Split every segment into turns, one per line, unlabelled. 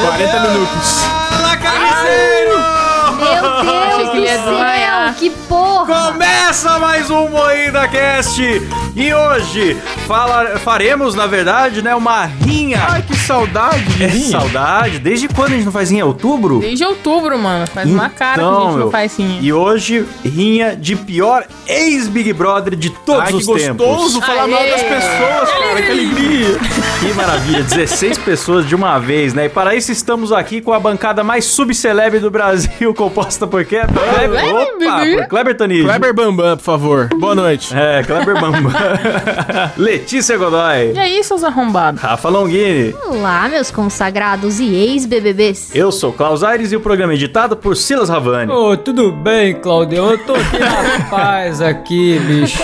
40 minutos.
Fala, carniceiro!
Meu Deus
Achei que
do
ele ia
céu,
desmaiar.
que porra!
Começa mais um Moída Cast! E hoje fala- faremos, na verdade, né, uma rinha.
Ai, que saudade de
É
rinha.
saudade. Desde quando a gente não faz rinha? Outubro?
Desde outubro, mano. Faz uma cara que a
Então,
gente
meu,
não faz assim.
E hoje, rinha de pior ex-Big Brother de todos
Ai, que
os tempos.
gostoso falar mal
Aê.
das pessoas, cara. Que alegria.
Que maravilha, 16 pessoas de uma vez, né? E para isso estamos aqui com a bancada mais subcelebre do Brasil, composta por quê? Por Kleber, opa, por Kleber Tanid.
Kleber Bambam, por favor. Boa noite.
É, Kleber Bamba. Letícia Godoy.
E aí, seus arrombados?
Rafa Longini.
Olá, meus consagrados e ex-BBBs.
Eu sou Klaus Aires e o programa é editado por Silas Ravani.
Ô, tudo bem, Claudio? Eu tô aqui na paz aqui, bicho.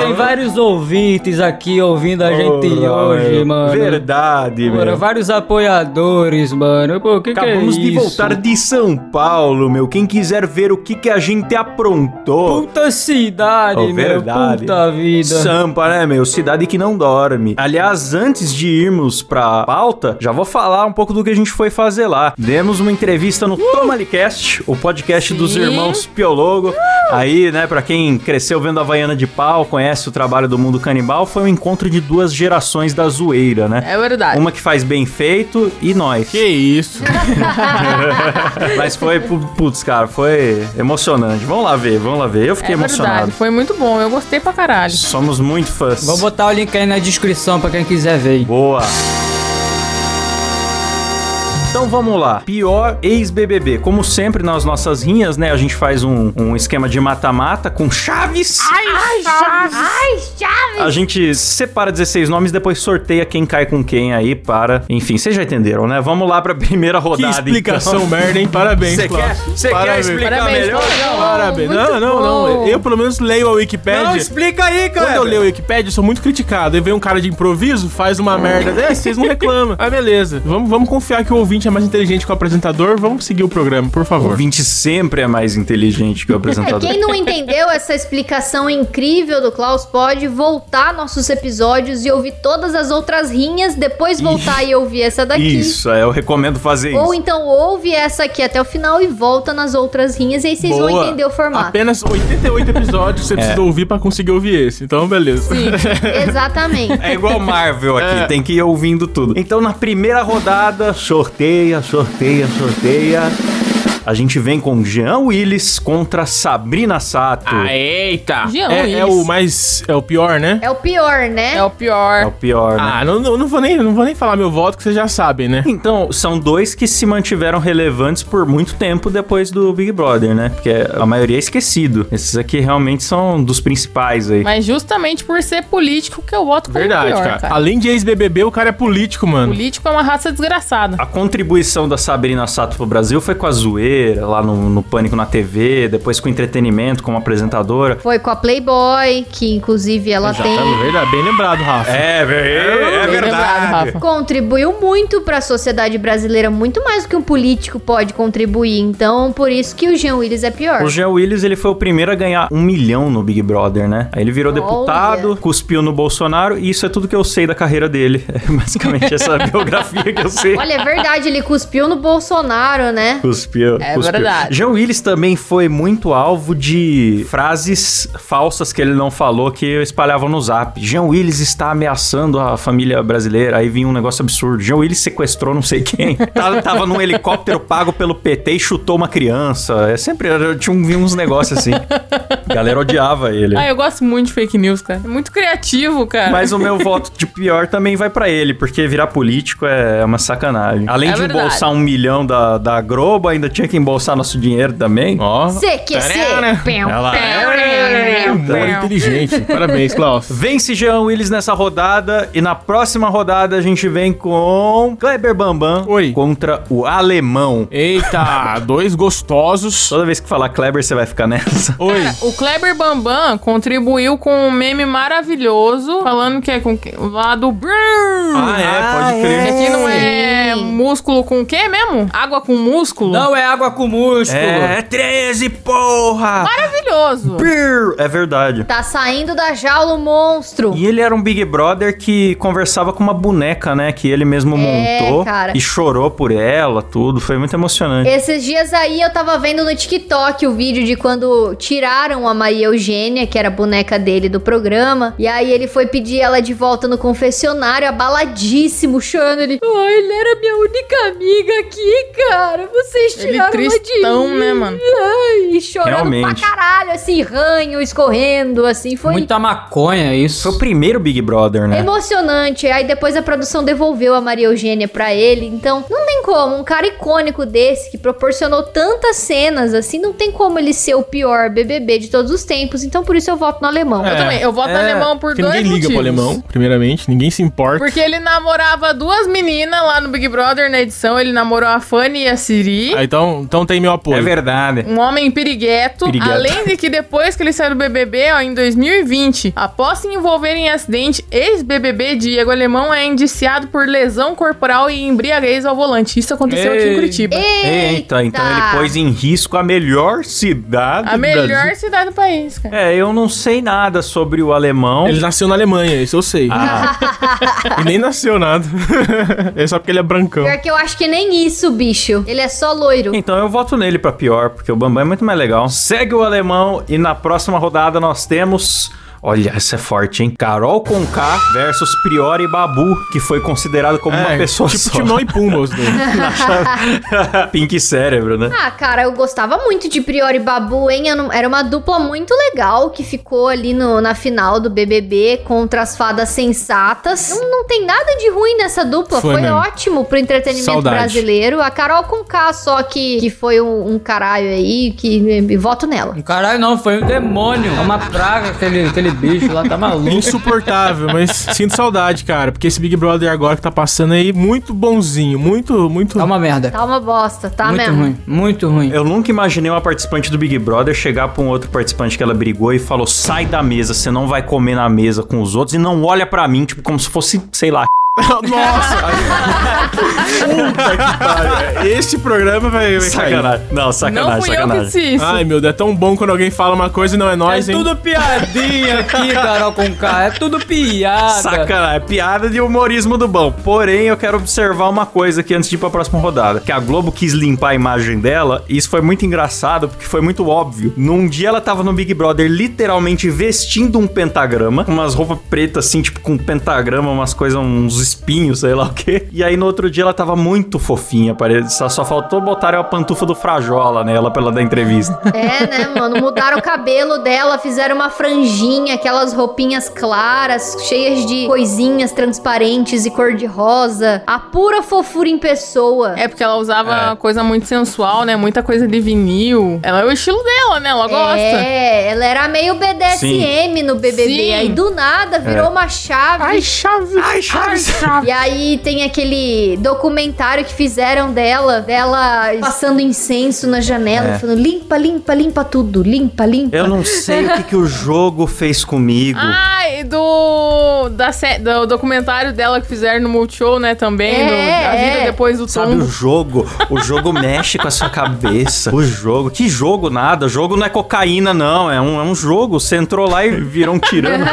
Tem vários ouvintes aqui ouvindo a gente
Ora,
hoje,
meu.
mano.
Verdade,
Ora,
meu.
vários apoiadores, mano. Pô, o que, que é
Acabamos
isso?
de voltar de São Paulo, meu. Quem quiser ver o que, que a gente aprontou.
Puta cidade,
Oh,
meu.
verdade.
Puta vida.
Sampa, né, meu? Cidade que não dorme. Aliás, antes de irmos pra pauta, já vou falar um pouco do que a gente foi fazer lá. Demos uma entrevista no Tomalicast, o podcast dos
Uh! Sim. Uh!
irmãos Piologo. Aí, né, pra quem cresceu vendo a Havaiana de Pau, conhece o trabalho do mundo canibal, foi um encontro de duas gerações da zoeira, né?
É verdade.
Uma que faz bem feito e nós.
Que isso.
Mas foi, pu- putz, cara, foi emocionante. Vamos lá ver, vamos lá ver. Eu fiquei
é
emocionado.
verdade. Foi muito bom. Eu gostei pra caralho.
Somos muito fãs.
Vou botar o link aí na descrição pra quem quiser ver.
Boa. Então vamos lá. Pior ex-BBB. Como sempre nas nossas rinhas, né? A gente faz um, um esquema de mata-mata com chaves.
Ai, Chaves! Ai, Chaves!
A gente separa 16 nomes, depois sorteia quem cai com quem aí para... Enfim, vocês já entenderam, né? Vamos lá pra primeira
Que
rodada,
explicação
então.
merda, hein? Parabéns,
Você quer,
Klaus.
você quer
Parabéns.
explicar
Parabéns,
melhor?
Klaus.
Parabéns.
Muito
Não, não,
bom.
não. Eu pelo menos leio a Wikipédia.
Não, explica aí, cara.
Quando eu leio a Wikipédia, eu sou muito criticado. Aí vem um cara de improviso, faz uma merda. É, vocês não reclamam. Ah, beleza. Vamos, vamos confiar que o ouvinte é mais inteligente que o apresentador. Vamos seguir o programa, por
O
favor.
ouvinte sempre é mais inteligente que o
É,
apresentador.
quem não entendeu essa explicação incrível do Klaus pode voltar nossos episódios e ouvir todas as outras rinhas, depois voltar e ouvir essa daqui.
Isso, é, eu recomendo fazer
Ou
isso.
então ouve essa aqui até o final e volta nas outras rinhas e aí vocês vão
Boa.
entender o formato.
Apenas 88 episódios você precisa ouvir pra conseguir ouvir esse. Então, beleza.
Exatamente.
É igual Marvel aqui,
É.
tem que ir ouvindo tudo. Então na primeira rodada, sorteia, sorteia, sorteia. A gente vem com Jean Willis contra Sabrina Sato.
Ah, eita!
Jean
É, é o
Willis.
mais. É o pior, né?
É o pior, né?
É o pior.
É o pior, né?
Ah, não, não, não vou nem, não vou nem falar meu voto, que vocês já sabem,
Tá
né?
Então, são dois que se mantiveram relevantes por muito tempo depois do Big Brother, né? Porque a maioria é esquecido. Esses aqui realmente são dos principais aí.
Mas justamente por ser político que eu voto como
Verdade,
pior,
cara.
cara.
Além de ex-BBB, o cara é político, mano.
Político é uma raça desgraçada.
A contribuição da Sabrina Sato pro Brasil foi com a zoeira, lá no, no Pânico na TV, depois com o entretenimento como apresentadora.
Foi com a Playboy, que inclusive ela tem.
Exatamente, verdade, bem lembrado, Rafa.
É, é, é
Bem lembrado,
verdade.
Rafa.
Contribuiu muito pra sociedade brasileira, muito mais do que um político pode contribuir. Então, por isso que o Jean Willis é pior.
O Jean Willis, ele foi o primeiro a ganhar um milhão no Big Brother, né? Aí ele virou
Olha.
deputado, cuspiu no Bolsonaro, e isso é tudo que eu sei da carreira dele. É basicamente essa biografia que eu sei.
Olha, é verdade, ele cuspiu no Bolsonaro, né?
Cuspiu.
É
cuspiu.
verdade.
Jean Willis também foi muito alvo de frases falsas que ele não falou que espalhavam no zap. Jean Willis está ameaçando a família brasileira. Aí vinha um negócio absurdo. Jean Willis sequestrou não sei quem. Tava, tava num helicóptero pago pelo PT e chutou uma criança. É sempre era- tinha um- vinha uns negócios assim. A galera odiava ele.
Ah, eu gosto muito de fake news, cara. É muito criativo, cara.
Mas o meu voto de pior também vai pra ele, porque virar político é uma sacanagem. Além
É
de
verdade.
embolsar um milhão da, da Globo, ainda tinha que embolsar nosso dinheiro também.
Ó.
CQC. Pim,
Ela é
pim, pim.
Humor inteligente. Parabéns, Klaus.
Vence Jean Willis nessa rodada e na próxima rodada a gente vem com Kleber Bambam
Oi.
contra o alemão.
Eita, dois gostosos.
Toda vez que falar Kleber você vai ficar nessa.
Oi.
O Kleber Bambam contribuiu com um meme maravilhoso falando que é com que- lá do Brrr.
Ah, pode crer.
Que não é
Sim.
músculo com o quê mesmo? Água com músculo?
Não é água com músculo.
É 13, É porra!
maravilhoso.
Brrr, É verdade.
Tá saindo da jaula o monstro.
E ele era um Big Brother que conversava com uma boneca, né? Que ele mesmo
É,
montou
cara.
e chorou por ela, tudo. Foi muito emocionante.
É.
Esses dias aí eu tava vendo no TikTok o vídeo de quando tiraram a Maria Eugênia, que era a boneca dele do programa, e aí ele foi pedir ela de volta no confessionário, abaladíssimo, chorando ele. Oh, ele era minha única amiga aqui, cara. Vocês
Ele
tiraram ela de
tristão,
mim."
né, mano?
Ai, chorando
Realmente.
pra caralho, assim, ranho, escorrendo, assim, foi
Muita maconha é isso.
Foi o primeiro Big Brother, né?
Emocionante. Aí depois a produção devolveu a Maria Eugênia pra ele. Então, não tem como. Um cara icônico desse, que proporcionou tantas cenas, assim, não tem como ele ser o pior BBB de todos os tempos. Então, por isso eu voto no alemão.
Eu também, eu voto
é,
alemão por
Porque
dois
ninguém liga
motivos.
pro alemão, primeiramente, ninguém se importa.
Porque ele namorava duas meninas lá no Big Brother na edição. Ele namorou a Fanny e a Siri.
Ah, então, então tem meu apoio.
É verdade.
Um homem pirigueto.
Pirigueto.
Além de que depois que ele saiu do BBB, ó, em 2020, após se envolver em acidente, ex-BBB Diego Alemão é indiciado por lesão corporal e embriaguez ao volante. Isso aconteceu aqui em
Ei.
Curitiba.
É. Eita, então ele pôs em risco a melhor cidade
A
do
melhor
Brasil.
cidade do país, cara.
É, eu não sei nada sobre o alemão.
Ele nasceu na Alemanha, isso eu sei.
Ah,
E nem nasceu nada. é só porque ele é brancão.
Pior que eu acho que nem isso, bicho. Ele é só loiro.
então eu voto nele pra pior, porque o Bambam é muito mais legal. Segue o alemão e na próxima rodada nós temos. Olha, essa é forte, hein? Carol Conká versus Priori Babu, que foi considerado como uma
É,
pessoa
tipo
só.
Timão e Pumba, os dois.
Pink cérebro, né?
Ah, cara, eu gostava muito de Priori e Babu, hein? Eu não- Era uma dupla muito legal que ficou ali no- na final do BBB contra as fadas sensatas. Não, não tem nada de ruim nessa dupla.
Foi
Foi,
mesmo.
ótimo pro entretenimento
Saudade.
brasileiro. A Carol com K só que, que foi um, um caralho aí, que eh, voto nela.
Então.
Um caralho não, foi um demônio. É uma praga aquele, aquele bicho lá, tá maluco.
Insuportável, mas sinto saudade, cara. Porque esse Big Brother agora que tá passando aí, muito bonzinho, muito, muito.
Tá uma merda.
Tá uma bosta, tá
muito
mesmo?
ruim, muito ruim.
Eu nunca imaginei uma participante do Big Brother chegar pra um outro participante que ela brigou e falou: sai da mesa, você não vai comer na mesa com os outros e não olha pra mim, tipo, como se fosse, sei lá.
Nossa! Puta que pariu. Esse programa vai, vai cair.
Sacanagem. Não, sacanagem,
não fui eu
É. sacanagem. Ah,
que fiz isso.
Ai, meu Deus, é tão bom quando alguém fala uma coisa e não é nós,
é
hein?
tudo piadinha aqui, Carol com K. É tudo piada.
Sacanagem, é piada de humorismo do bom. Porém, eu quero observar uma coisa aqui antes de ir pra próxima rodada. Que a Globo quis limpar a imagem dela, e isso foi muito engraçado, porque foi muito óbvio. Num dia ela tava no Big Brother literalmente vestindo um pentagrama, umas roupas pretas assim, tipo com pentagrama, umas coisas, uns espinhos, sei lá o quê. E aí no outro dia ela tava muito fofinha, parece. Só, só faltou botar a pantufa do Frajola nela pra ela dar entrevista.
É, né, mano? Mudaram o cabelo dela, fizeram uma franjinha, aquelas roupinhas claras, cheias de coisinhas transparentes e cor-de-rosa. A pura fofura em pessoa.
É porque ela usava coisa muito sensual, né? Muita coisa de vinil. Ela é o estilo dela, né? Ela gosta.
É, ela era meio BDSM no BBB.
Sim.
Aí do nada
É.
virou uma chave.
chave. Ai, chave.
E aí tem aquele documentário que fizeram dela, dela passando incenso na janela,
É.
falando limpa, limpa, limpa tudo, limpa, limpa.
Eu não sei o que, que o jogo fez comigo.
Ah, e do, da, sé- do documentário dela que fizeram no Multishow, né, também.
É,
do- a vida
é.
depois do
Sabe o
tombo.
jogo? O jogo mexe com a sua cabeça. O jogo. Que jogo nada? Jogo não é cocaína, não. É um, é um jogo. Você entrou lá e virou um tirano.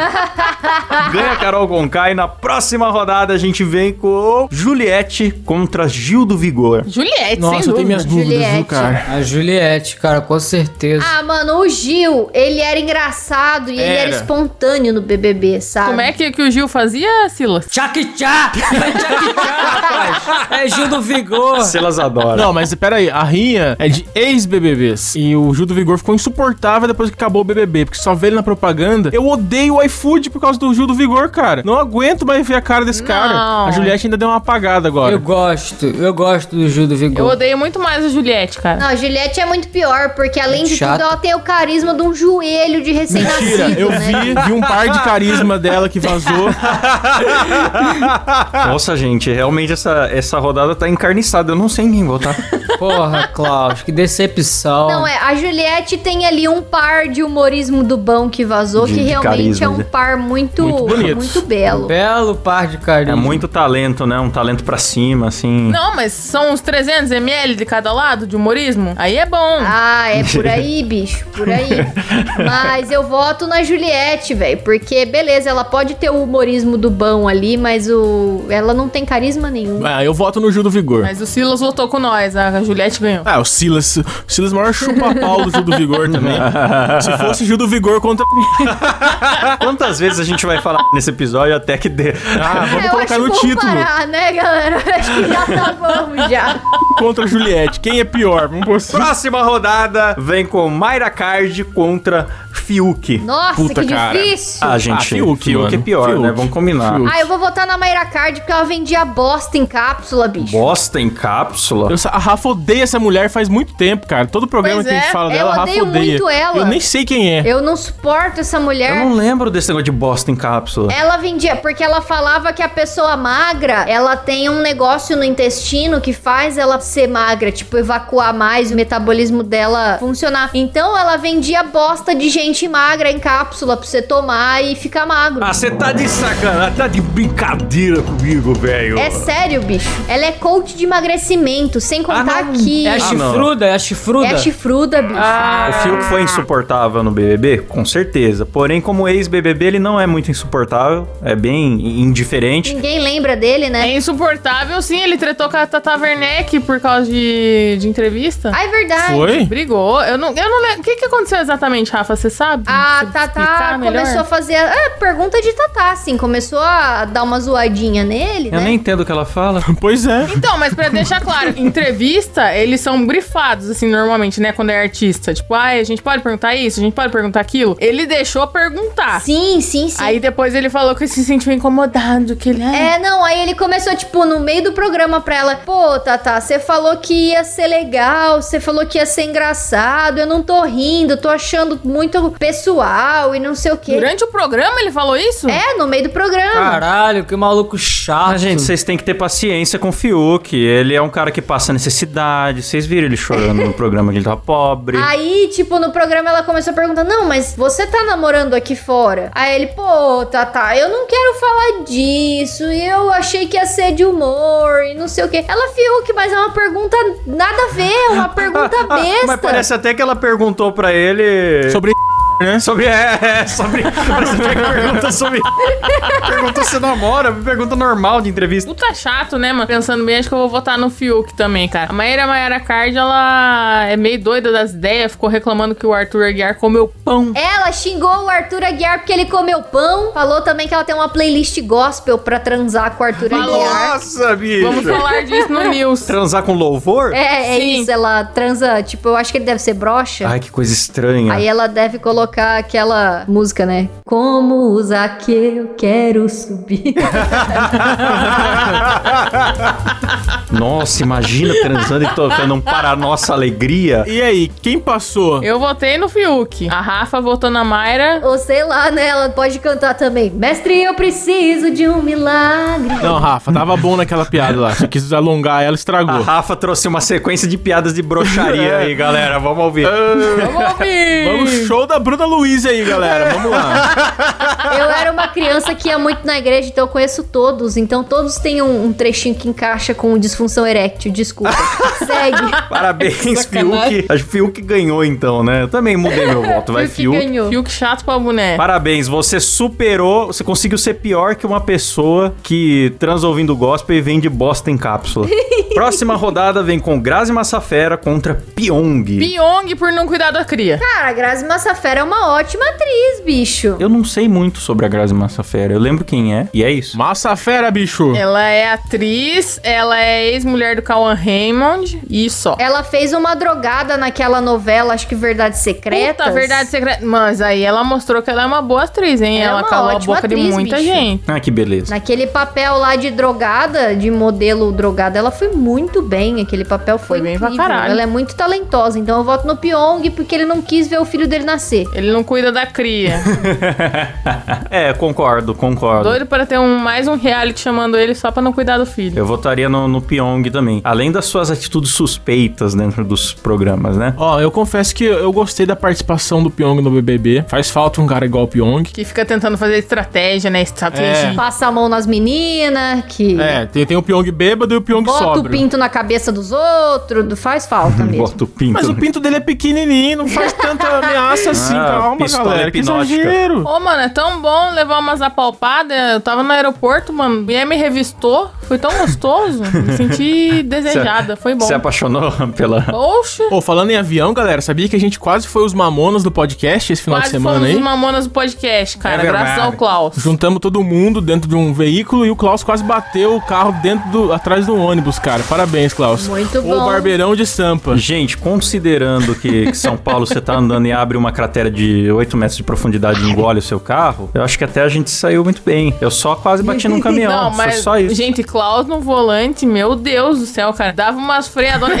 Ganha Carol Conká e na próxima rodada a gente vem com Juliette contra Gil do Vigor.
Juliette,
Nossa,
sem
eu tenho
dúvida.
minhas dúvidas, viu,
Juliette.
cara?
A Juliette, cara, com certeza.
Ah, mano, o Gil, ele era engraçado e ele era
Era.
espontâneo no BBB, sabe?
Como é que, que o Gil fazia, Silas?
Tchaquichá! É tchaquichá, rapaz! É Gil do Vigor!
Celas adora.
Não, mas peraí, a rinha é de ex-BBBs. E o Gil do Vigor ficou insuportável depois que acabou o BBB, porque só vê ele na propaganda. Eu odeio o iFood por causa do Gil do Vigor, cara. Não aguento mais ver a cara desse cara.
Não.
A Juliette ainda deu uma apagada
é
agora.
Eu gosto, eu gosto do Gil do
Eu
Vigor.
odeio muito mais a Juliette, cara.
Não, a Juliette é muito pior, porque além de
chata.
tudo, ela tem o carisma de um joelho de recém-nascido,
Mentira, eu
né?
vi, vi um par de carisma dela que vazou.
Nossa, gente, realmente essa, essa rodada tá encarniçada. Eu não sei em quem votar.
Tá Porra, Klaus, que decepção.
Não, é, a Juliette tem ali um par de humorismo do bom que vazou,
De-
que
de
realmente
carisma,
é um
né?
par muito,
Muito bonito.
muito belo.
Belo par de carinho.
É muito talento, né? Um talento pra cima, assim.
Não, mas são uns 300 ml de cada lado de humorismo? Aí é bom.
Ah, é por aí, bicho, por aí. Mas eu voto na Juliette, velho, porque beleza, ela pode ter o humorismo do bom ali, mas o ela não tem carisma nenhum.
Ah, eu voto no Gil do Vigor.
Mas o Silas votou com nós, a Juliette ganhou.
Ah, o Silas. O Silas é o maior chupa-pau do Gil do Vigor também. Se fosse Gil do Vigor contra.
Quantas vezes a gente vai falar nesse episódio até que dê?
Ah, vamos
É, eu
colocar
acho
no
que vou
título.
parar, né, galera? Eu Acho que já tá bom já.
Contra Juliette. Quem é pior? Vamos pôr assim.
Próxima rodada vem com Mayra Card contra Fiuk.
Nossa,
Puta,
que
cara.
difícil.
Ah, gente, Fiuk,
Fiuk, mano.
é pior,
Fiuk.
né? Vamos combinar.
Fiuk.
Ah, eu vou votar na Mayra Card porque ela vendia bosta em cápsula, bicho.
Bosta em cápsula?
Eu sa- a Rafa odeia essa mulher faz muito tempo, cara. Todo programa
Pois
que a gente
é,
fala
eu
dela, a Rafa
odeio
odeia.
muito ela.
Eu nem sei quem é.
Eu não suporto essa
Eu
mulher.
não lembro desse negócio de bosta em cápsula.
Ela vendia, porque ela falava que a pessoa magra, ela tem um negócio no intestino que faz ela ser magra, tipo, evacuar mais o metabolismo dela funcionar. Então ela vendia bosta de gente magra em cápsula pra você tomar e ficar magro.
Ah, você tá de sacanagem, tá de brincadeira comigo, velho.
É sério, bicho. Ela é coach de emagrecimento, sem contar
Ah, não.
que
É a
Ah, não.
chifruda, é a chifruda.
tá é chifruda, bicho.
O Fiuk foi insuportável no BBB? Com certeza. Porém, como ex-BBB, ele não é muito insuportável. É bem indiferente.
Ninguém lembra dele, né?
É insuportável, sim, ele tretou com a Tata Werneck por causa de, de entrevista.
Ah, é verdade.
Foi?
Brigou. Eu não, eu não lembro. O que, que aconteceu exatamente, Rafa? Você sabe?
A
Você
Tatá
explicar melhor?
começou a fazer. É, pergunta de Tatá, assim. Começou a dar uma zoadinha nele,
Eu
né?
nem entendo o que ela fala.
Pois é.
Então, mas pra deixar claro, entrevista, eles são grifados, assim, normalmente, né? Quando é artista. Tipo, ai, a gente pode perguntar isso, a gente pode perguntar aquilo. Ele deixou perguntar.
Sim, sim, sim.
Aí depois ele falou que se sentiu incomodado, que ele... "Ah, "Ai,
É, não, aí ele começou, tipo, no meio do programa pra ela: Pô, Tatá, você falou que ia ser legal, você falou que ia ser engraçado, eu não tô rindo, tô achando muito pessoal e não sei o quê.
Durante o programa ele falou isso?
É, no meio do programa.
Caralho, que maluco chato.
Ah, gente, vocês têm que ter paciência com o Fiuk. Ele é um cara que passa necessidade. Vocês viram ele chorando no programa que ele tava pobre.
Aí, tipo, no programa ela começou a perguntar: Não, mas você tá namorando aqui fora? Aí ele, pô, Tata, eu não quero falar disso. e Eu achei que ia ser de humor e não sei o quê. Ela Fiuk, mas é uma pergunta nada a ver, é uma pergunta
Ah,
besta.
Mas parece até que ela perguntou pra ele.
Sobre. né?
Sobre. É, é, sobre. parece até que pergunta sobre. perguntou se namora, pergunta normal de entrevista.
Puta chato, né, mano? Pensando bem, acho que eu vou votar no Fiuk também, cara. A Maíra Maiara Card, ela é meio doida das ideias, ficou reclamando que o Arthur Aguiar comeu pão.
Ela xingou o Arthur Aguiar porque ele comeu pão. Falou também que ela tem uma playlist gospel pra transar com o Arthur
Falou.
Aguiar.
Nossa, bicho.
Vamos falar disso no News.
Transar com louvor?
É, é
Sim.
isso, ela transa, tipo, eu acho que ele deve ser broxa.
Ai, que coisa estranha.
Aí é- ela deve colocar aquela música, né? Como o Zaqueu quero subir.
Nossa, imagina transando e tocando um para a nossa alegria.
E aí, quem passou?
Eu votei no Fiuk. A Rafa votou na Mayra.
Ou sei lá, né? Ela pode cantar também. Mestre, eu preciso de um milagre.
Não, Rafa, tava bom naquela piada lá. Você quis alongar
A
ela, estragou.
Rafa trouxe uma sequência de piadas de broxaria aí, galera. Vamos ouvir.
Vamos ouvir!
Vamos show da Bruna Luiz aí, galera. Vamos lá.
Eu era uma criança que ia muito na igreja, então eu conheço todos. Então todos têm um, um trechinho que encaixa com disfunção eréctil. Desculpa. Segue. É
Parabéns,
Sacanagem.
Fiuk. Acho que Fiuk ganhou então, né? Eu também mudei meu voto, vai,
Fiuk
Fiuk.
ganhou.
Fiuk chato pra boné.
Parabéns, você superou, você conseguiu ser pior que uma pessoa que trans ouvindo gospel e vende bosta em cápsula. Próxima rodada vem com Grazi Massafera contra Pyong.
Pyong por não cuidar da cria.
Cara, a Grazi Massafera é uma ótima atriz, bicho.
Eu não sei muito sobre a Grazi Massafera, eu lembro quem é, e é isso.
Massa fera, bicho.
Ela é atriz, ela é ex-mulher do Cauan Raymond e só.
Ela fez uma drogada naquela novela, acho que Verdade Secreta.
Puta, verdade secreta. Mas aí ela mostrou que ela é uma boa atriz, hein?
Ela é
Ela,
uma
calou a
ótima
boca de
atriz,
muita
bicho.
gente.
Ah, que beleza.
Naquele papel lá de drogada, de modelo drogada, ela foi muito bem. Aquele papel foi,
Foi bem pra
incrível.
caralho.
Ela é muito talentosa. Então eu voto no Pyong porque ele não quis ver o filho dele nascer.
Ele não cuida da cria.
É, concordo, concordo.
Doido para ter um, mais um reality chamando ele só pra não cuidar do filho.
Eu votaria no, no Pyong também. Além das suas atitudes suspeitas dentro dos programas, né?
Ó, eu confesso que eu gostei da participação do Pyong no BBB. Faz falta um cara igual o Pyong.
Que fica tentando fazer estratégia, né?
É.
Estratégia.
Passa a mão nas meninas, que
É, tem, tem o Pyong bêbado e o
um
Pyong
bota o
sóbrio.
pinto na cabeça dos outros, do- faz falta É mesmo.
Bota o pinto.
Mas o
né?
pinto dele é pequenininho, não faz tanta ameaça assim.
Ah,
Calma,
pistola
galera. Que
hipnótica.
exagero.
Ô, mano, é tão bom levar umas apalpadas. Eu tava no aeroporto, mano, e aí me revistou. Foi tão gostoso. me senti desejada. Foi É bom. É
Se apaixonou pela.
Oxe.
Ô, falando em avião, galera, sabia que a gente quase foi os mamonas do podcast esse final
Quase
de semana
fomos
aí?
os mamonas do podcast, cara.
É
graças ao
verdade.
Klaus.
Juntamos todo mundo dentro de um veículo e o Klaus quase bateu o carro dentro do, atrás do ônibus, cara. Parabéns, Klaus.
Muito
O
bom.
barbeirão de Sampa.
Gente, considerando que, que São Paulo você tá andando e abre uma cratera de 8 metros de profundidade e engole o seu carro, eu acho que até a gente saiu muito bem. Eu só quase bati num caminhão.
Não, mas,
Foi é só isso.
gente, Klaus no volante, meu Deus do céu, cara. Dava umas freadonas.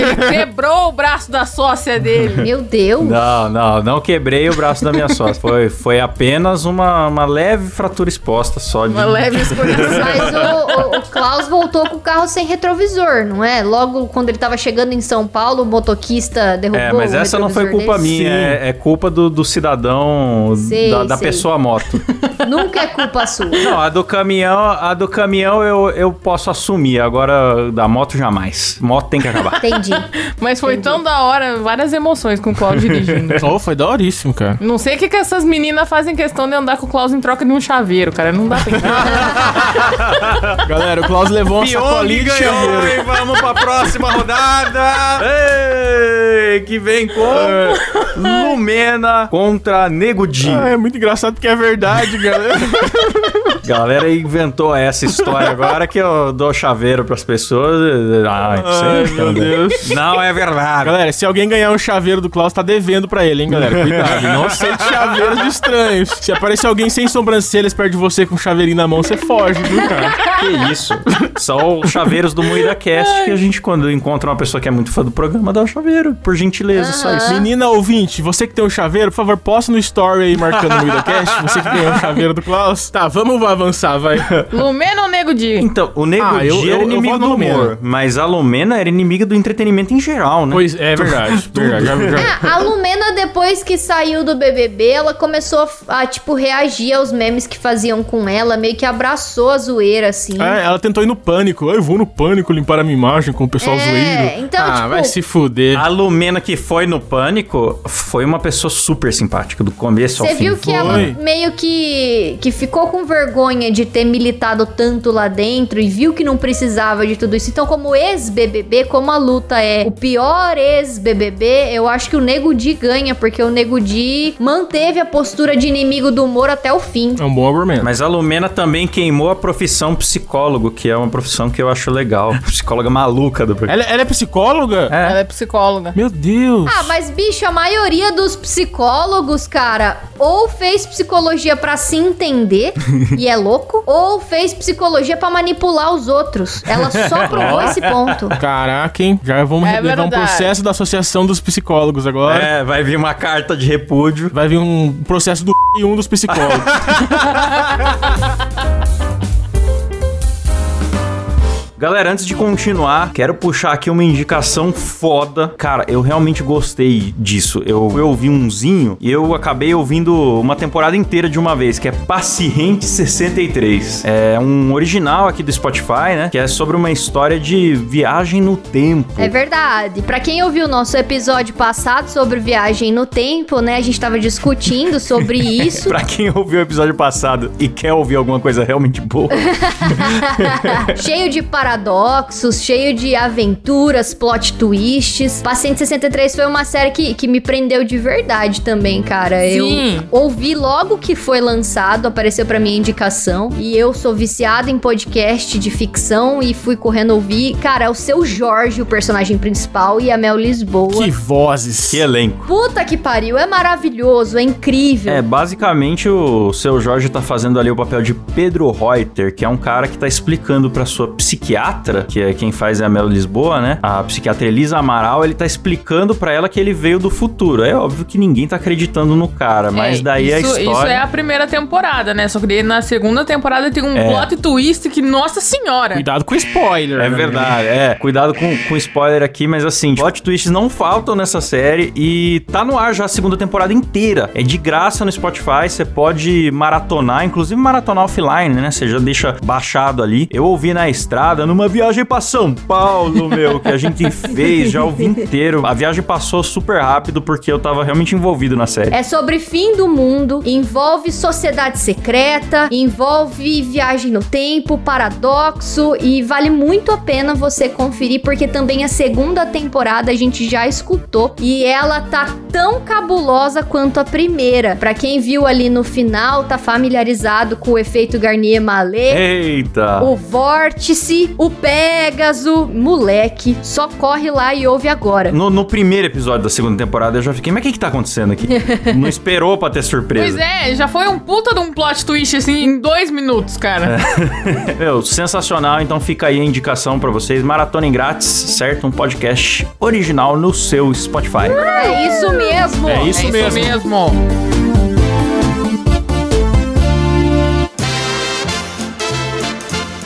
Ele quebrou o braço da sócia dele.
Meu Deus.
Não, não, não quebrei o braço da minha sócia. Foi, foi apenas uma, uma leve fratura exposta só de.
Uma leve escorregação.
Mas o, o- o Klaus voltou com o carro sem retrovisor, não é? Logo quando ele tava chegando em São Paulo, o motoquista derrubou
É, mas
o
essa não foi
retrovisor
culpa
dele.
minha, é, é culpa do, do cidadão,
Sei,
da, da
sei.
pessoa moto.
Nunca é culpa sua.
Não, a do caminhão, a do caminhão eu, eu posso assumir, agora da moto jamais. Moto tem que acabar.
Entendi.
Mas foi tão da hora, várias emoções com o Klaus dirigindo.
Oh, foi daoríssimo, cara.
Não sei o que, que essas meninas fazem questão de andar com o Klaus em troca de um chaveiro, cara. Não dá pra entender.
Galera, o Klaus levou uma sacolinha de chaveiro.
e vamos pra próxima rodada! Ei, que vem com Lumena contra Nego Di.
Ah, é muito engraçado porque é verdade, galera.
Galera inventou essa história agora que eu dou chaveiro pras pessoas. Ai,
Ai,
sei,
meu Deus.
Não é verdade.
Galera, se alguém ganhar um chaveiro do Klaus, tá devendo pra ele, hein, galera? Cuidado, não aceite chaveiros de estranhos. Se aparecer alguém sem sobrancelhas perto de você com um chaveirinho na mão, você foge, viu, cara?
Que isso? São os chaveiros do Moída Cast que a gente, quando encontra uma pessoa que é muito fã do programa, dá o chaveiro. Por gentileza, só isso.
Menina ouvinte, você que tem um chaveiro, por favor, posta no story aí marcando o MuidaCast. Você que tem um chaveiro do Klaus. Tá, vamos avançar, vai.
Lumena ou Nego Di?
Então, o Nego
Ah,
Di
eu- eu-
era
eu
inimigo
voto
do
no Lumena.
humor, mas a Lumena era inimiga do entretenimento em geral, né?
Pois é, verdade. verdade já- já-
É, a Lumena, depois que saiu do BBB, ela começou a, tipo, reagir aos memes que faziam com ela, meio que abraçou a zoeira, assim.
É, ela tentou ir no pânico. Ah, Eu vou no pânico limpar a minha imagem com o pessoal
É,
zoeiro.
então,
ah,
tipo-
vai se fuder.
A Lumena que foi no pânico foi uma pessoa super simpática do começo
Você
ao fim.
viu que ela
Foi.
meio que, que ficou com vergonha de ter militado tanto lá dentro e viu que não precisava de tudo isso. Então, como ex-BBB, como a luta é o pior ex-BBB, eu acho que o Nego Di ganha, porque o Nego Di manteve a postura de inimigo do humor até o fim.
É um bom argumento.
Mas a Lumena também queimou a profissão psicólogo, que é uma profissão que eu acho legal. Psicóloga maluca do programa.
Ela, ela é psicóloga?
Ela é psicóloga.
Meu Deus.
Ah, mas bicho, a maioria dos psicólogos, cara, ou fez psicologia pra se entender e é louco, ou fez psicologia pra manipular os outros. Ela só provou esse ponto.
Caraca, hein? Já vamos
É
levar um
verdade.
processo da Associação dos Psicólogos agora.
É, vai vir uma carta de repúdio.
Vai vir um processo do e um dos psicólogos.
Galera, antes de continuar, quero puxar aqui uma indicação foda. Cara, eu realmente gostei disso. Eu fui ouvir umzinho e eu acabei ouvindo uma temporada inteira de uma vez, que é Paciente 63. É um original aqui do Spotify, né? Que é sobre uma história de viagem no tempo.
É verdade. Pra quem ouviu o nosso episódio passado sobre viagem no tempo, né? A gente tava discutindo sobre isso.
Pra quem ouviu o episódio passado e quer ouvir alguma coisa realmente boa,
cheio de paradoxos, cheio de aventuras, plot twists. Paciente 63 foi uma série que, que me prendeu de verdade também, cara. É
Sim.
Eu ouvi logo que foi lançado, apareceu pra minha indicação. E eu sou viciada em podcast de ficção e fui correndo ouvir. Cara, é o seu Jorge, o personagem principal, e a Mel Lisboa.
que vozes.
que elenco.
Puta que pariu, é maravilhoso, é incrível.
É, basicamente o seu Jorge tá fazendo ali o papel de Pedro Reuter, que é um cara que tá explicando pra sua psiquiatra, que é quem faz é a Mel Lisboa, né? A psiquiatra Elisa Amaral, ele tá explicando pra ela que ele veio do futuro. É óbvio que ninguém tá acreditando no cara, mas
É,
daí
isso,
a
Isso é
história.
a primeira temporada, né? Só que daí na segunda temporada tem um
É.
plot twist que, nossa senhora!
Cuidado com spoiler.
É
né?
verdade, é. Cuidado com, com spoiler aqui, mas assim, plot twists não faltam nessa série e tá no ar já a segunda temporada inteira. É de graça no Spotify, você pode maratonar, inclusive maratonar offline, né? Você já deixa baixado ali. Eu ouvi na estrada, numa viagem pra São Paulo, meu, que a gente fez, já ouvi inteiro. A viagem passou super rápido porque eu tava realmente envolvido na série.
É sobre fim do mundo, envolve sociedade secreta, envolve viagem no tempo, paradoxo e vale muito a pena você conferir porque também a segunda temporada a gente já escutou e ela tá tão cabulosa quanto a primeira. Pra quem viu ali no final, tá familiarizado com o efeito Garnier-Mallet.
Eita!
O Vórtice, o Pégaso, moleque, só corre lá e ouve agora.
No, no primeiro episódio da segunda temporada eu já fiquei, mas o que que tá acontecendo aqui? Não esperou pra ter surpresa.
Pois é, já foi um puta de um plot twist, assim, em dois minutos, cara.
É, Meu, sensacional. Então fica aí a indicação pra vocês. Maratona em grátis, certo? Um podcast original no seu Spotify.
É isso mesmo!
É isso
é
mesmo.
Isso mesmo.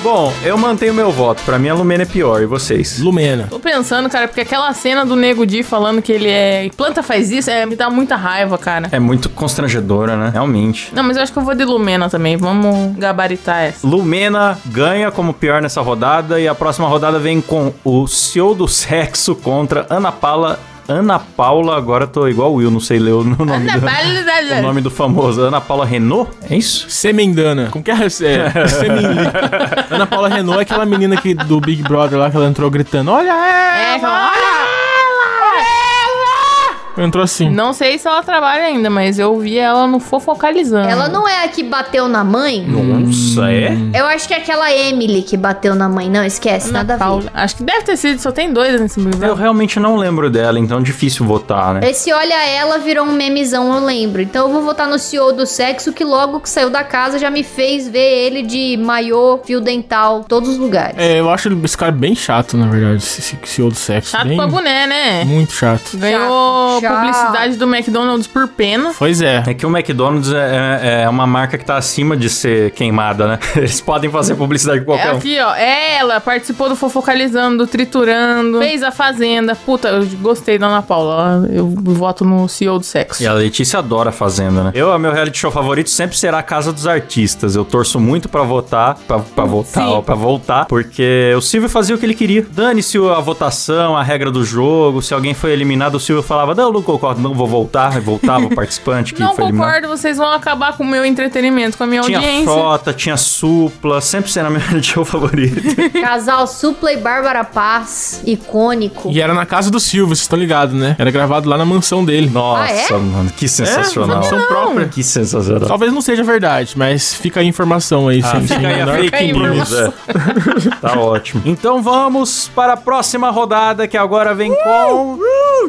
Bom, eu mantenho meu voto. Pra mim a Lumena é pior. E vocês?
Lumena.
Tô pensando, cara, porque aquela cena do Nego Di falando que ele é... Planta faz isso, é, me dá muita raiva, cara.
É muito constrangedora, né? Realmente.
Não, mas eu acho que eu vou de Lumena também. Vamos gabaritar essa.
Lumena ganha como pior nessa rodada e a próxima rodada vem com o CEO do Sexo contra Ana Paula. Ana Paula, agora tô igual o Will, não sei ler o nome,
Ana
do,
Paula-
o nome do famoso. Ana Paula Renault? É isso?
Semendana. Como que é? é Seminli. Ana Paula Renault é aquela menina que, do Big Brother lá que ela entrou gritando: Olha
É,
ela!
olha!
Entrou assim.
Não sei se ela trabalha ainda, mas eu vi ela no Fofocalizando.
Ela não é a que bateu na mãe?
Nossa, é?
Eu acho que é aquela Emily que bateu na mãe. Não, esquece, nada a ver.
Paula. Acho que deve ter sido, só tem dois nesse livro.
Eu realmente não lembro dela, então difícil votar, né?
Esse olha ela virou um memezão, eu lembro. Então eu vou votar no CEO do sexo, que logo que saiu da casa já me fez ver ele de maiô, fio dental, todos os lugares.
É, eu acho esse cara bem chato, na verdade, esse, esse CEO do sexo.
Chato
bem,
pra boné, né?
Muito chato.
Chato,
Ganhou publicidade do McDonald's por pena.
Pois é.
É que o McDonald's é, é- é uma marca que tá acima de ser queimada, né? Eles podem fazer publicidade com
É
qualquer um.
aqui, ó. Ela participou do Fofocalizando, do Triturando, fez a Fazenda. Puta, eu gostei da Ana Paula. Eu voto no CEO do sexo.
E a Letícia adora a Fazenda, né? Eu, meu reality show favorito sempre será a Casa dos Artistas. Eu torço muito pra votar, pra, pra votar,
Sim.
ó, pra voltar, porque o Silvio fazia o que ele queria. Dane-se a votação, a regra do jogo, se alguém foi eliminado, o Silvio falava, não, eu não concordo, não vou voltar, e voltava o participante que
Não
foi eliminado.
concordo, vocês vão acabar com o meu entretenimento, com a minha
Tinha
audiência.
frota, tinha supla, sempre será meu reality show favorito.
Casal Supla e Bárbara Paz, icônico.
E era na casa do Silvio, vocês estão ligados, né? Era gravado lá na mansão dele.
Nossa,
Ah, é?
mano, que sensacional.
mansão própria.
Que sensacional.
Talvez não seja verdade, mas fica aí a informação aí. sem- sem menor-
fake news.
é. tá ótimo. Então vamos para a próxima rodada, que agora vem com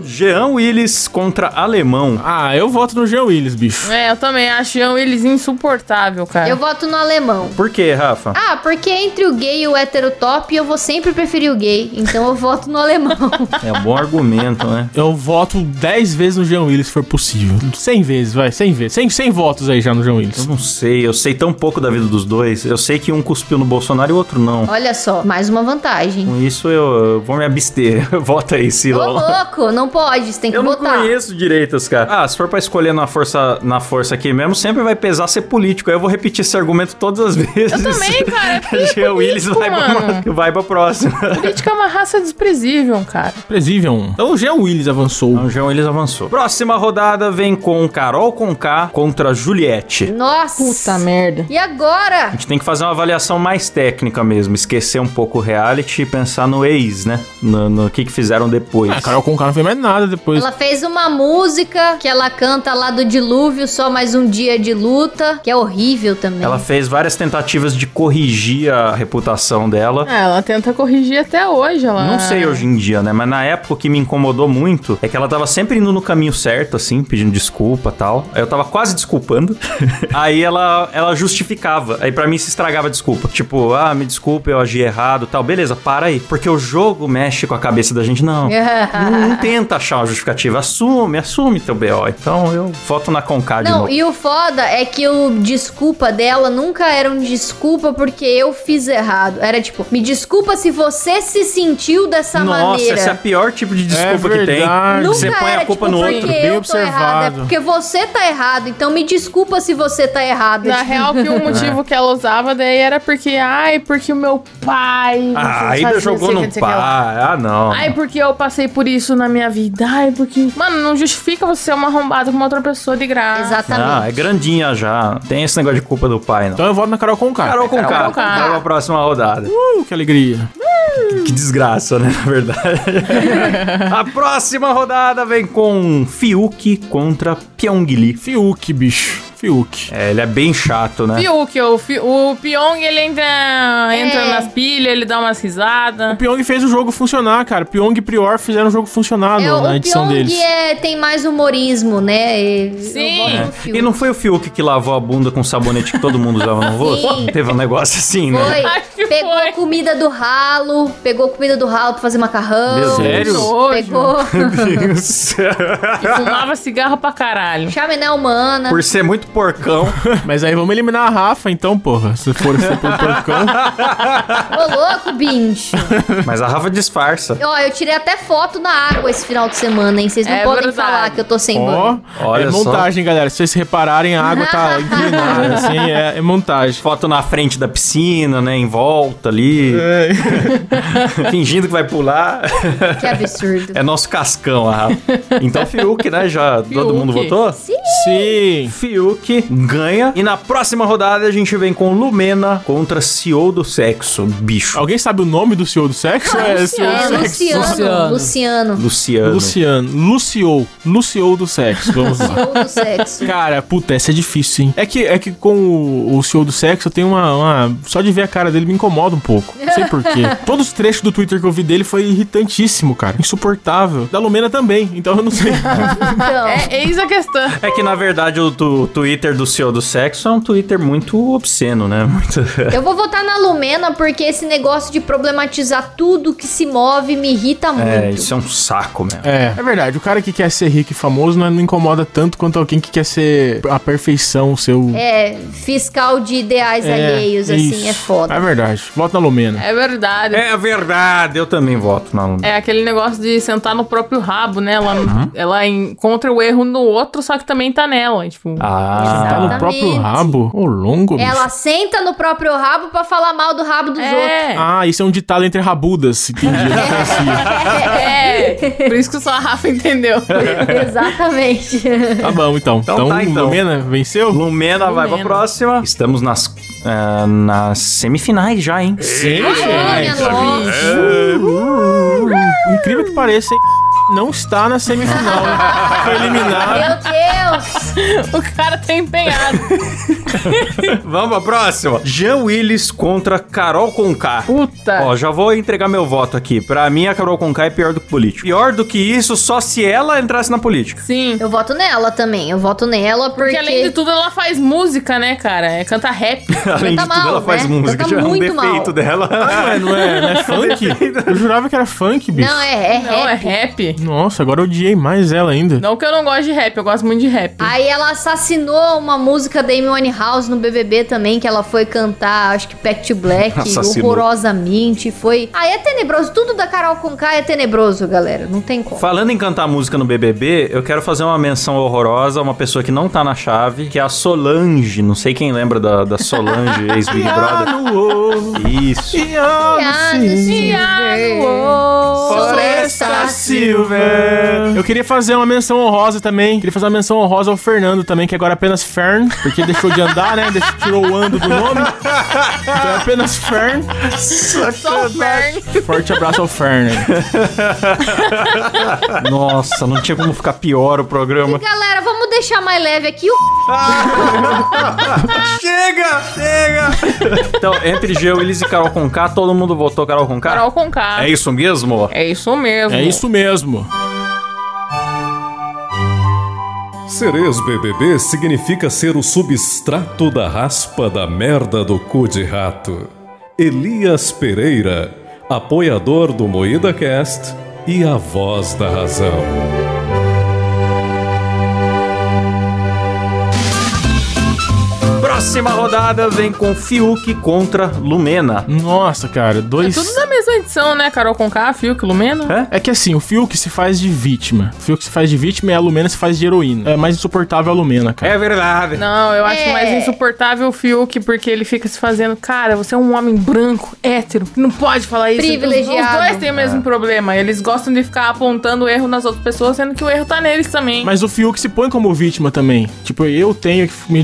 Jean Willis contra Alemão.
Ah, eu voto no Jean Willis, bicho.
É, eu também acho eles insuportável, cara.
Eu voto no alemão.
Por quê, Rafa?
Ah, porque entre o gay e o hétero top, eu vou sempre preferir o gay. Então eu voto no alemão.
É um bom argumento, né?
Eu voto 10 vezes no Jean Willis, se for possível. 100 vezes, vai, 100 vezes. 100, 100 votos aí já no Jean
Eu
Willis.
não sei, eu sei tão pouco da vida dos dois. Eu sei que um cuspiu no Bolsonaro e o outro não.
Olha só, mais uma vantagem.
Com isso eu, eu vou me abster. Vota aí,
Ô,
Silola.
louco, não pode, você tem que
Eu não
votar.
conheço direitos, cara. Ah, se for pra escolher na força, na força aqui mesmo, sempre vai pesar ser político. Aí eu vou repetir esse argumento todas as vezes.
Eu também, cara. Porque
Jean Willis vai,
mano.
pra, vai pra próxima.
política é uma raça desprezível, cara.
Previsível. Então o Jean Willis avançou.
O Jean Willis avançou. Próxima rodada vem com Carol Conká contra Juliette.
Nossa.
Puta merda.
E agora?
A gente tem que fazer uma avaliação mais técnica mesmo, esquecer um pouco o reality e pensar no ex, né? No, no que, que fizeram depois.
Ah, Carol Conká não fez mais nada depois.
Ela fez fez uma música que ela canta lá do dilúvio, só mais um dia de luta, que é horrível também.
Ela fez várias tentativas de corrigir a reputação dela.
Ah, ela tenta corrigir até hoje, ela.
Não sei hoje em dia, né? Mas na época o que me incomodou muito é que ela tava sempre indo no caminho certo, assim, pedindo desculpa tal. Aí eu tava quase desculpando. Aí ela, ela justificava. Aí pra mim se estragava a desculpa. Tipo, ah, me desculpa, eu agi errado tal. Beleza, para aí. Porque o jogo mexe com a cabeça da gente. Não. não, não tenta achar uma justificativa. Assume, assume teu BO. Então eu voto na Concade.
Não, e o foda é que o desculpa dela nunca era um desculpa porque eu fiz errado. Era tipo, me desculpa se você se sentiu dessa
Nossa,
maneira.
esse é o pior tipo de desculpa que tem.
verdade.
Nunca
Você põe
era,
a culpa
tipo,
no
porque
outro.
bem
eu tô
observado.
errado, é porque você tá errado, então me desculpa se você tá errado.
Na
Tipo,
real, que o motivo que ela usava daí era porque, ai, porque o meu pai.
Ah,
fazia
ainda
não
jogou
sei o que,
no
não sei o que lá.
pai. Ah, não.
Ai, porque eu passei por isso na minha vida. Ai, porque. Mano, não justifica você ser uma arrombada com uma outra pessoa de
Ah,
graça.
é
Exatamente.
grandinha já. Não Tem esse negócio de culpa do pai, não.
Então eu voto na Carol Conká.
Carol com
Carol
K.
Conká.
Vamos pra próxima rodada.
Uh, que alegria.
Que desgraça, né? Na verdade. a próxima rodada vem com Fiuk contra Pyongyi.
Fiuk, bicho. Fiuk.
É, ele é bem chato, né?
Fiuk, o, Fi- o Pyong, ele entra, entra nas pilhas, ele dá umas
O
risadas.
Pyong fez o jogo funcionar, cara. Pyong e Prior fizeram o jogo
tá
funcionar
É,
no-
né,
na
o
edição
Pyong
deles.
é, tem mais humorismo, né? E-
Sim.
Eu voto
É.
no Fiuk.
E não foi o Fiuk que lavou a bunda com sabonete que todo mundo usava no rosto?
Sim.
Teve um negócio assim, né?
Acho que
Foi. Pegou
foi.
comida do ralo, pegou comida do ralo pra fazer macarrão.
Meu
Sério?
Pegou.
Pegou
Meu Deus do céu.
Fumava cigarro pra caralho.
chaminé humana.
Por ser muito porcão.
Mas aí vamos eliminar a Rafa, então, porra. Se for, se for pelo porcão.
Ô, louco, bicho.
Mas a Rafa disfarça.
Ó, eu tirei até foto na água esse final de semana, hein? Vocês não
É
podem
verdade.
falar que eu tô sem
Ó,
banho.
Olha
é
só.
montagem, galera. Se vocês repararem, a água tá inclinada, assim, é, é montagem.
Foto na frente da piscina, né? Em volta ali. Fingindo que vai pular.
Que absurdo.
É nosso cascão, a Rafa. Então Fiuk, né? Já todo
Fiuk.
mundo votou?
Sim.
Fiuk ganha. E na próxima rodada a gente vem com Lumena contra CEO do Sexo. Bicho.
Alguém sabe o nome do senhor do sexo?
Ah,
é,
Luciano.
senhor do
É,
sexo.
Luciano,
Luciano.
Luciano.
Luciano.
Luciano. Luciou. Luciou do sexo. Vamos lá.
Ou do sexo.
Cara, puta, essa é difícil, hein? É que, é que com o, o senhor do sexo, eu tenho uma, uma- Só de ver a cara dele me incomoda um pouco. Não sei porquê. Todos os trechos do Twitter que eu vi dele foi irritantíssimo, cara. Insuportável. Da Lumena também, então eu não sei.
Então,
É, eis a questão.
É que na verdade o, tu- Twitter do CEO do Sexo é um Twitter muito obsceno, né? Muito...
eu vou votar na Lumena porque esse negócio de problematizar tudo que se move me irrita
É,
muito.
isso é um saco mesmo.
É, é verdade. O cara que quer ser rico e famoso não, é- não incomoda tanto quanto alguém que quer ser a perfeição, o seu.
É, fiscal de ideais alheios, assim,
isso.
é
É
foda.
verdade. Volta na Lumena.
É verdade. É.
É verdade, eu também voto na Lumena.
aquele negócio de sentar no próprio rabo, né? Ela, ela encontra o erro no outro, só que também tá nela. Tipo,
Tá
Ah,
no
Exatamente.
próprio rabo? Ô, longo, bicho.
Ela senta no próprio rabo pra falar mal do rabo dos outros.
é,
Ah, isso é um ditado entre rabudas, entendi. Eu não conhecia.
é. Por isso que só a Rafa entendeu.
Exatamente.
tá bom, então.
Então
Então,
tá, então.
Lumena venceu?
Lumena vai pra
Lumena.
próxima. Estamos nas, ah, nas semifinais já, hein?
Sim,
Ai, minha nossa.
Incrível que pareça, hein? Não está na semifinal. hein? Foi eliminado.
Meu Deus!
o cara tá empenhado.
Vamos pra próxima. Jean Willis contra Carol Conká.
Puta.
Ó, já vou entregar meu voto aqui. Pra mim, a Carol Conká é pior do que político. Pior do que isso, só se ela entrasse na política.
Sim.
Eu voto nela também. Eu voto nela porque.
Porque além de tudo, ela faz música, né, cara? É, canta rap.
Além de tudo,
mal,
ela faz
né?
música.
Canta
já é um
muito mal.
defeito dela.
Não é, não é, não é funk? Eu jurava que era funk, bicho.
Não, é, é
Não, é
rap.
rap.
Nossa, agora eu odiei mais ela ainda.
Não que eu não gosto de rap, eu gosto muito de rap.
Aí ela assassinou uma música da Amy Winehouse no BBB também, que ela foi cantar, acho que Back to Black,
Assassinou.
horrorosamente, foi... Aí é tenebroso, tudo da Carol Conká é tenebroso, galera, não tem como.
Falando em cantar música no BBB, eu quero fazer uma menção horrorosa a uma pessoa que não tá na chave, que é a Solange. Não sei quem lembra da, da Solange, ex-Big Brother.
Ano,
Isso.
e ano,
Piano,
sim.
sim,
Piano,
ver.
oh.
Floresta
Floresta
velho.
Eu queria fazer uma menção honrosa também. Queria fazer uma menção honrosa ao Fernando também, que agora é apenas Fern, porque deixou de andar, né? Deixou, tirou o ando do nome. Então é apenas Fern.
Só o Fern.
Forte abraço ao Fern. aí.
Nossa, não tinha como ficar pior o programa.
Galera, vamos deixar mais leve aqui. O
Chega, chega! Então, entre Geo, Elis e Carol Conká, todo mundo votou Carol Conká?
Carol com K.
É isso mesmo?
É isso mesmo.
É isso mesmo.
Cereus BBB significa ser o substrato da raspa da merda do cu de rato. Elias Pereira, apoiador do Moída Cast e a voz da razão.
Próxima rodada vem com Fiuk contra Lumena.
Nossa, cara,
É
dois.
tudo da mesma edição, né? Carol com K, Fiuk, Lumena.
É?
É que assim, o Fiuk se faz de vítima. O Fiuk se faz de vítima e a Lumena se faz de heroína. É mais insuportável a Lumena, cara.
É verdade.
Não, eu acho
É.
mais insuportável o Fiuk, porque ele fica se fazendo, cara, você é um homem branco, hétero, não pode falar isso.
Privilegiado.
Os dois têm o mesmo problema, eles gostam de ficar apontando o erro nas outras pessoas, sendo que o erro tá neles também.
Mas o Fiuk se põe como vítima também. Tipo, eu tenho que me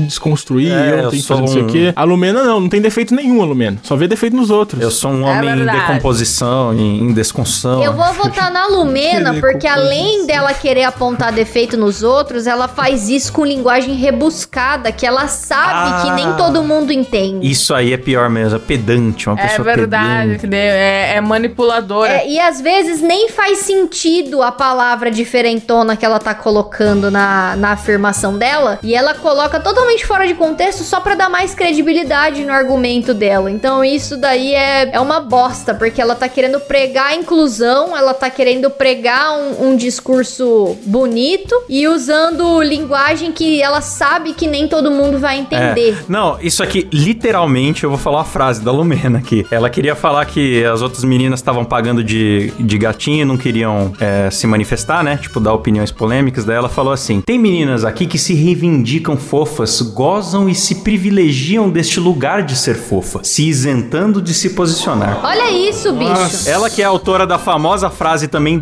É,
desconstruir, eu
eu
tenho que
sou
fazer não sei o
um-
quê. A Lumena não, não tem defeito nenhum, a Lumena. Só vê defeito nos outros.
Eu sou um homem em
É verdade.
decomposição, em, em desconção.
Eu vou votar na Lumena, porque além dela querer apontar defeito nos outros, ela faz isso com linguagem rebuscada, que ela sabe
Ah.
que nem todo mundo entende.
Isso aí é pior mesmo, é pedante, uma
É
pessoa
verdade,
pedante.
que de- é, é manipuladora.
É, e às vezes nem faz sentido a palavra diferentona que ela tá colocando na, na afirmação dela. E ela coloca totalmente fora de contexto só pra dar mais credibilidade no argumento dela. Então isso daí é, é uma bosta, porque ela tá querendo pregar a inclusão, ela tá querendo pregar um, um discurso bonito e usando linguagem que ela sabe que nem todo mundo vai entender.
É. Não, isso aqui, literalmente, eu vou falar a frase da Lumena aqui. Ela queria falar que as outras meninas estavam pagando de, de gatinho e não queriam é, se manifestar, né? Tipo, dar opiniões polêmicas. Daí ela falou assim: tem meninas aqui que se reivindicam fofas, gozam e se privilegiam deste lugar de ser fofa, se isentando de se posicionar.
Olha isso, bicho.
Ela que é autora da famosa frase também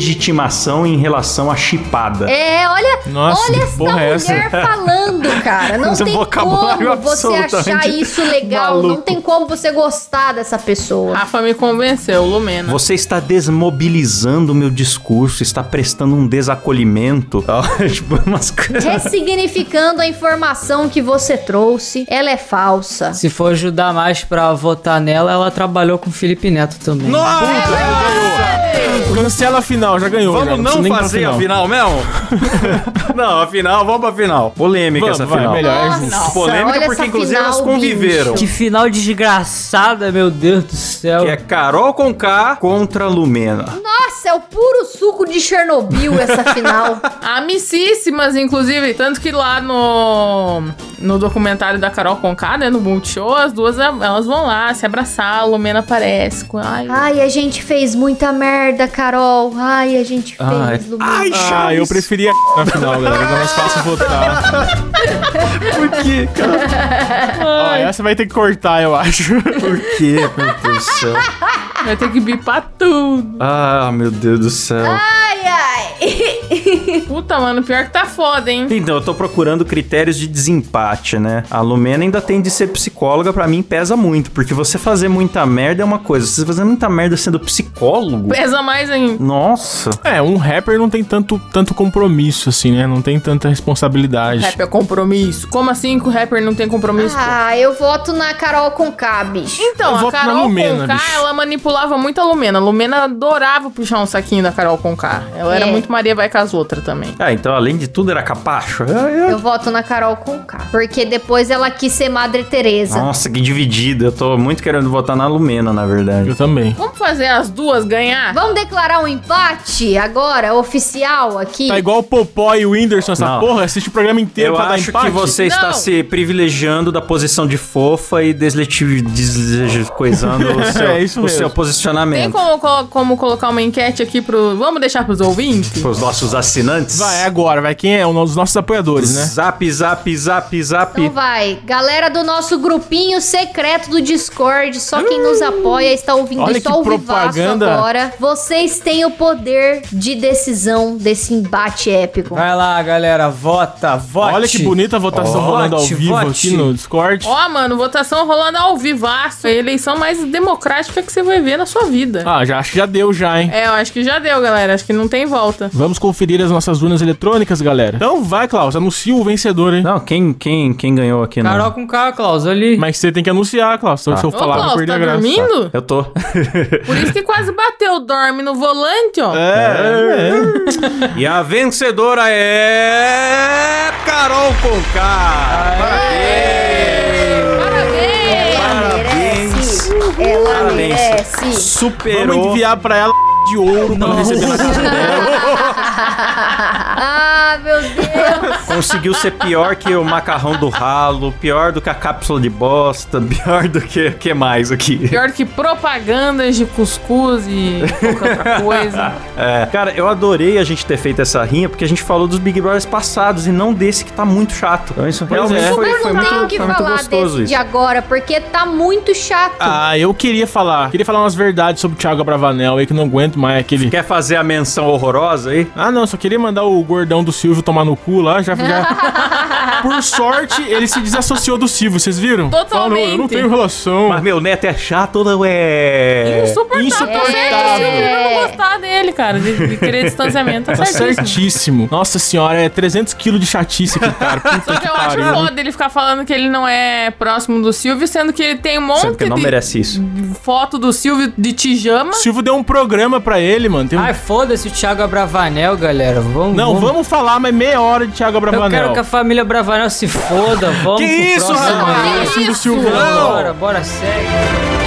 deslegitimação em relação à chipada.
É, olha,
Nossa, que
olha essa
porra é
mulher
essa?
falando, cara. Não
Esse
tem
vocabulário
como você achar
absolutamente
isso legal. Não
maluco.
tem como você gostar dessa pessoa.
Rafa me convenceu,
Né?
Lumena.
Você está desmobilizando o meu discurso, está prestando um desacolhimento. Ó, tipo, umas coisas.
Ressignificando a informação que você trouxe, ela é falsa.
Se for ajudar mais pra votar nela, ela trabalhou com o Felipe Neto também.
Cancela a final, já ganhou. já,
um Vamos não
precisa nem pra
fazer a final mesmo? não, a final, vamos pra final. Polêmica
Vamos,
essa
vai,
final.
melhor. é justo.
Nossa, olha
Polêmica
essa
porque, inclusive,
final,
elas conviveram.
Que
bicho.
final desgraçada, meu Deus do céu.
Que é Carol com K contra Lumena.
Nossa, é o puro suco de Chernobyl essa final.
Amicíssimas, inclusive. Tanto que lá no, no documentário da Carol Conká, né? No Multishow, as duas elas vão lá se abraçar, a Lumena aparece. com- Ai,
Ai, a gente fez muita merda, Carol. Ai, a gente fez.
Ai.
Lumena.
Ah, eu preferia na final, galera. Ainda mais fácil votar.
Por quê, cara?
Ó, essa vai ter que cortar, eu acho.
Por quê, meu Deus do céu?
vai ter que bipar tudo.
Ah, meu Deus do céu.
ai, ai.
Puta, mano, pior que tá foda, hein?
Então, eu tô procurando critérios de desempate, né? A Lumena ainda tem de ser psicóloga, pra mim pesa muito, porque você fazer muita merda é uma coisa, você fazer muita merda sendo psicólogo.
Pesa mais ainda.
Nossa.
É, um rapper não tem tanto, tanto compromisso, assim, né? Não tem tanta responsabilidade.
Rap é compromisso. Como assim que o rapper não tem compromisso?
Ah, eu voto na Carol com K, bicho.
Então,
Eu
a
voto na
Carol
Lumena,
Conká,
bicho.
ela manipulava muito a Lumena. A Lumena adorava puxar um saquinho da Carol Conká. Ela era
É.
muito Maria vai com as outras também.
Ah, então além de tudo era capacho? É, é.
Eu voto na Carol com K. Porque depois ela quis ser Madre Teresa.
Nossa, que dividida. Eu tô muito querendo votar na Lumena, na verdade.
Eu também.
Vamos fazer as duas ganhar?
Vamos declarar um empate agora, oficial aqui?
Tá igual o Popó e o Whindersson, essa
Não.
porra. Assiste o programa inteiro
Eu
pra dar
acho
empate.
que você está
Não.
se privilegiando da posição de fofa e desleti- desle- coisando o seu,
É isso
o
mesmo.
seu
Tem
posicionamento.
como, co- como colocar uma enquete aqui pro. Vamos deixar pros ouvintes?
Para os nossos assinantes?
Vai, agora, vai. Quem é? Um dos nossos apoiadores, né?
Zap, zap, zap, zap.
Então vai, galera do nosso grupinho secreto do Discord, só quem nos apoia está ouvindo
Olha
só
que
o vivaço
propaganda.
agora. Vocês têm o poder de decisão desse embate épico.
Ah,
Vai lá, galera, vota, vote.
Olha que bonita a votação
Vote,
rolando ao vivo
vote.
aqui no Discord.
Ó, mano, votação rolando ao vivaço. É a eleição mais democrática que você vai ver na sua vida.
Ah, já acho que já deu já, hein?
É, eu acho que já deu, galera. Acho que não tem volta.
Vamos conferir as nossas urnas eletrônicas, galera. Então vai, Klaus, anuncia o vencedor, hein?
Não, quem, quem, quem ganhou aqui não?
Carol com K, Klaus, ali.
Mas você tem que anunciar, Klaus. Então, se eu
Ô,
falar, vai
Klaus,
perder
tá
a graça.
dormindo?
Eu tô.
Por isso que quase bateu. Dorme no volante, ó.
É, é, é.
e a vencedora é. Carol Conká!
Parabéns!
Ela merece, ela
Parabéns.
merece.
Superou.
Vamos enviar pra ela de ouro pra ela receber na casa dela.
Ah, meu Deus.
Conseguiu ser pior que o macarrão do ralo, pior do que a cápsula de bosta, pior do que que mais aqui.
Pior que propagandas de cuscuz e qualquer outra coisa.
É, cara, eu adorei a gente ter feito essa rinha porque a gente falou dos Big Brothers passados e não desse que tá muito chato. Então isso realmente
é.
foi,
eu
foi
não
muito,
tenho o que
foi muito
falar
gostoso
desse de
isso.
agora, porque tá muito chato.
Ah, eu queria falar. Queria falar umas verdades sobre o Thiago Abravanel aí, que eu não aguento mais aquele...
Quer fazer a menção horrorosa aí?
Ah, não, só queria mandar o gordão do Silvio tomar no cu lá, já... já- Por sorte, ele se desassociou do Silvio, vocês viram?
Totalmente.
não, eu não tenho relação.
Mas meu neto é chato, não é?
Insuportável.
Insuportável.
Tá certo, sim, Eu não gostar dele, cara. De, de querer distanciamento.
Tá
Tá certíssimo.
certíssimo. Nossa senhora, é 300 quilos de chatice aqui, cara. Puta
Só que
que
eu acho
pariu.
foda ele ficar falando que ele não é próximo do Silvio, sendo que ele tem um monte
Sendo que não
de
merece isso.
foto do Silvio de tijama.
O Silvio deu um programa pra ele, mano. Tem um-
Ai, foda-se o Thiago Abravanel, galera. Vamos.
Não, vamos falar, mas meia hora de Thiago
Eu
Abravanel.
quero que a família Bravanel se foda. Vamos.
Que
pro
isso,
próximo.
rapaz?
Ah,
Que
Silvio
isso?
Silvio.
Bora, bora, segue.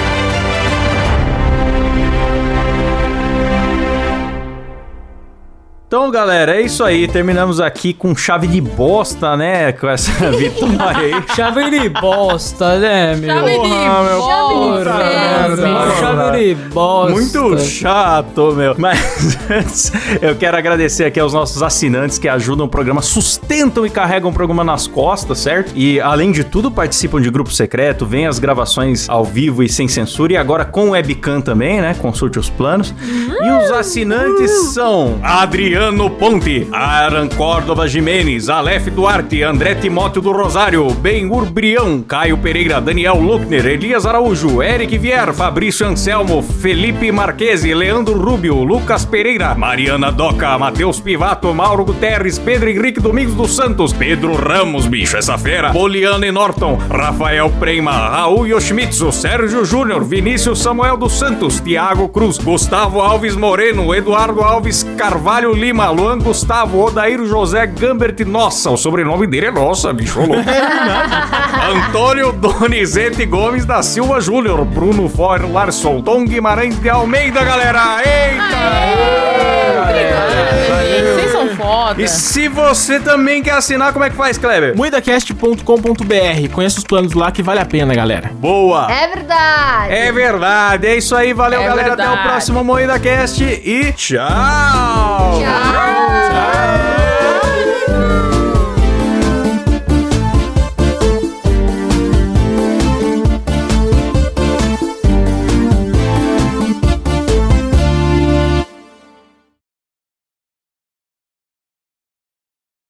Então, galera, é isso aí. Terminamos aqui com chave de bosta, né? Com essa vitória aí.
Chave de bosta, né, meu?
Chave Tá de
Porra, meu
Porra,
bosta.
meu, Chave de bosta.
Muito chato, meu. Mas antes, eu quero agradecer aqui aos nossos assinantes que ajudam o programa, sustentam e carregam o programa nas costas, certo? E além de tudo, participam de grupo secreto, vêm as gravações ao vivo e sem censura, e agora com webcam também, né? Consulte os planos. E os assinantes são Adriano Ponte, Aran Córdova Jimenez, Aleph Duarte, André Timóteo do Rosário, Ben Urbrião, Caio Pereira, Daniel Luckner, Elias Araújo, Eric Vier, Fabrício Anselmo, Felipe Marquese, Leandro Rubio, Lucas Pereira, Mariana Doca, Matheus Pivato, Mauro Guterres, Pedro Henrique Domingos dos Santos, Pedro Ramos, bicho, essa fera, Poliana e Norton, Rafael Prema, Raul Yoshimitsu, Sérgio Júnior, Vinícius Samuel dos Santos, Tiago Cruz, Gustavo Alves Moreno, Eduardo Alves Carvalho Lima, Luan Gustavo, Odair José Gambert, nossa, o sobrenome dele é nossa, bicho louco. Antônio Donizete Gomes da Silva Júnior, Bruno Foyer Larson, Tom Guimarães de Almeida, galera! Eita!
Obrigada, gente. Vocês são foda.
E se você também quer assinar, como é que faz, Kleber?
Muidacast.com.br. Conheça os planos lá que vale a pena, galera.
Boa!
É verdade.
É verdade, é isso aí, valeu
É
galera, até o
verdade.
próximo Moída Cast e tchau!
Tchau.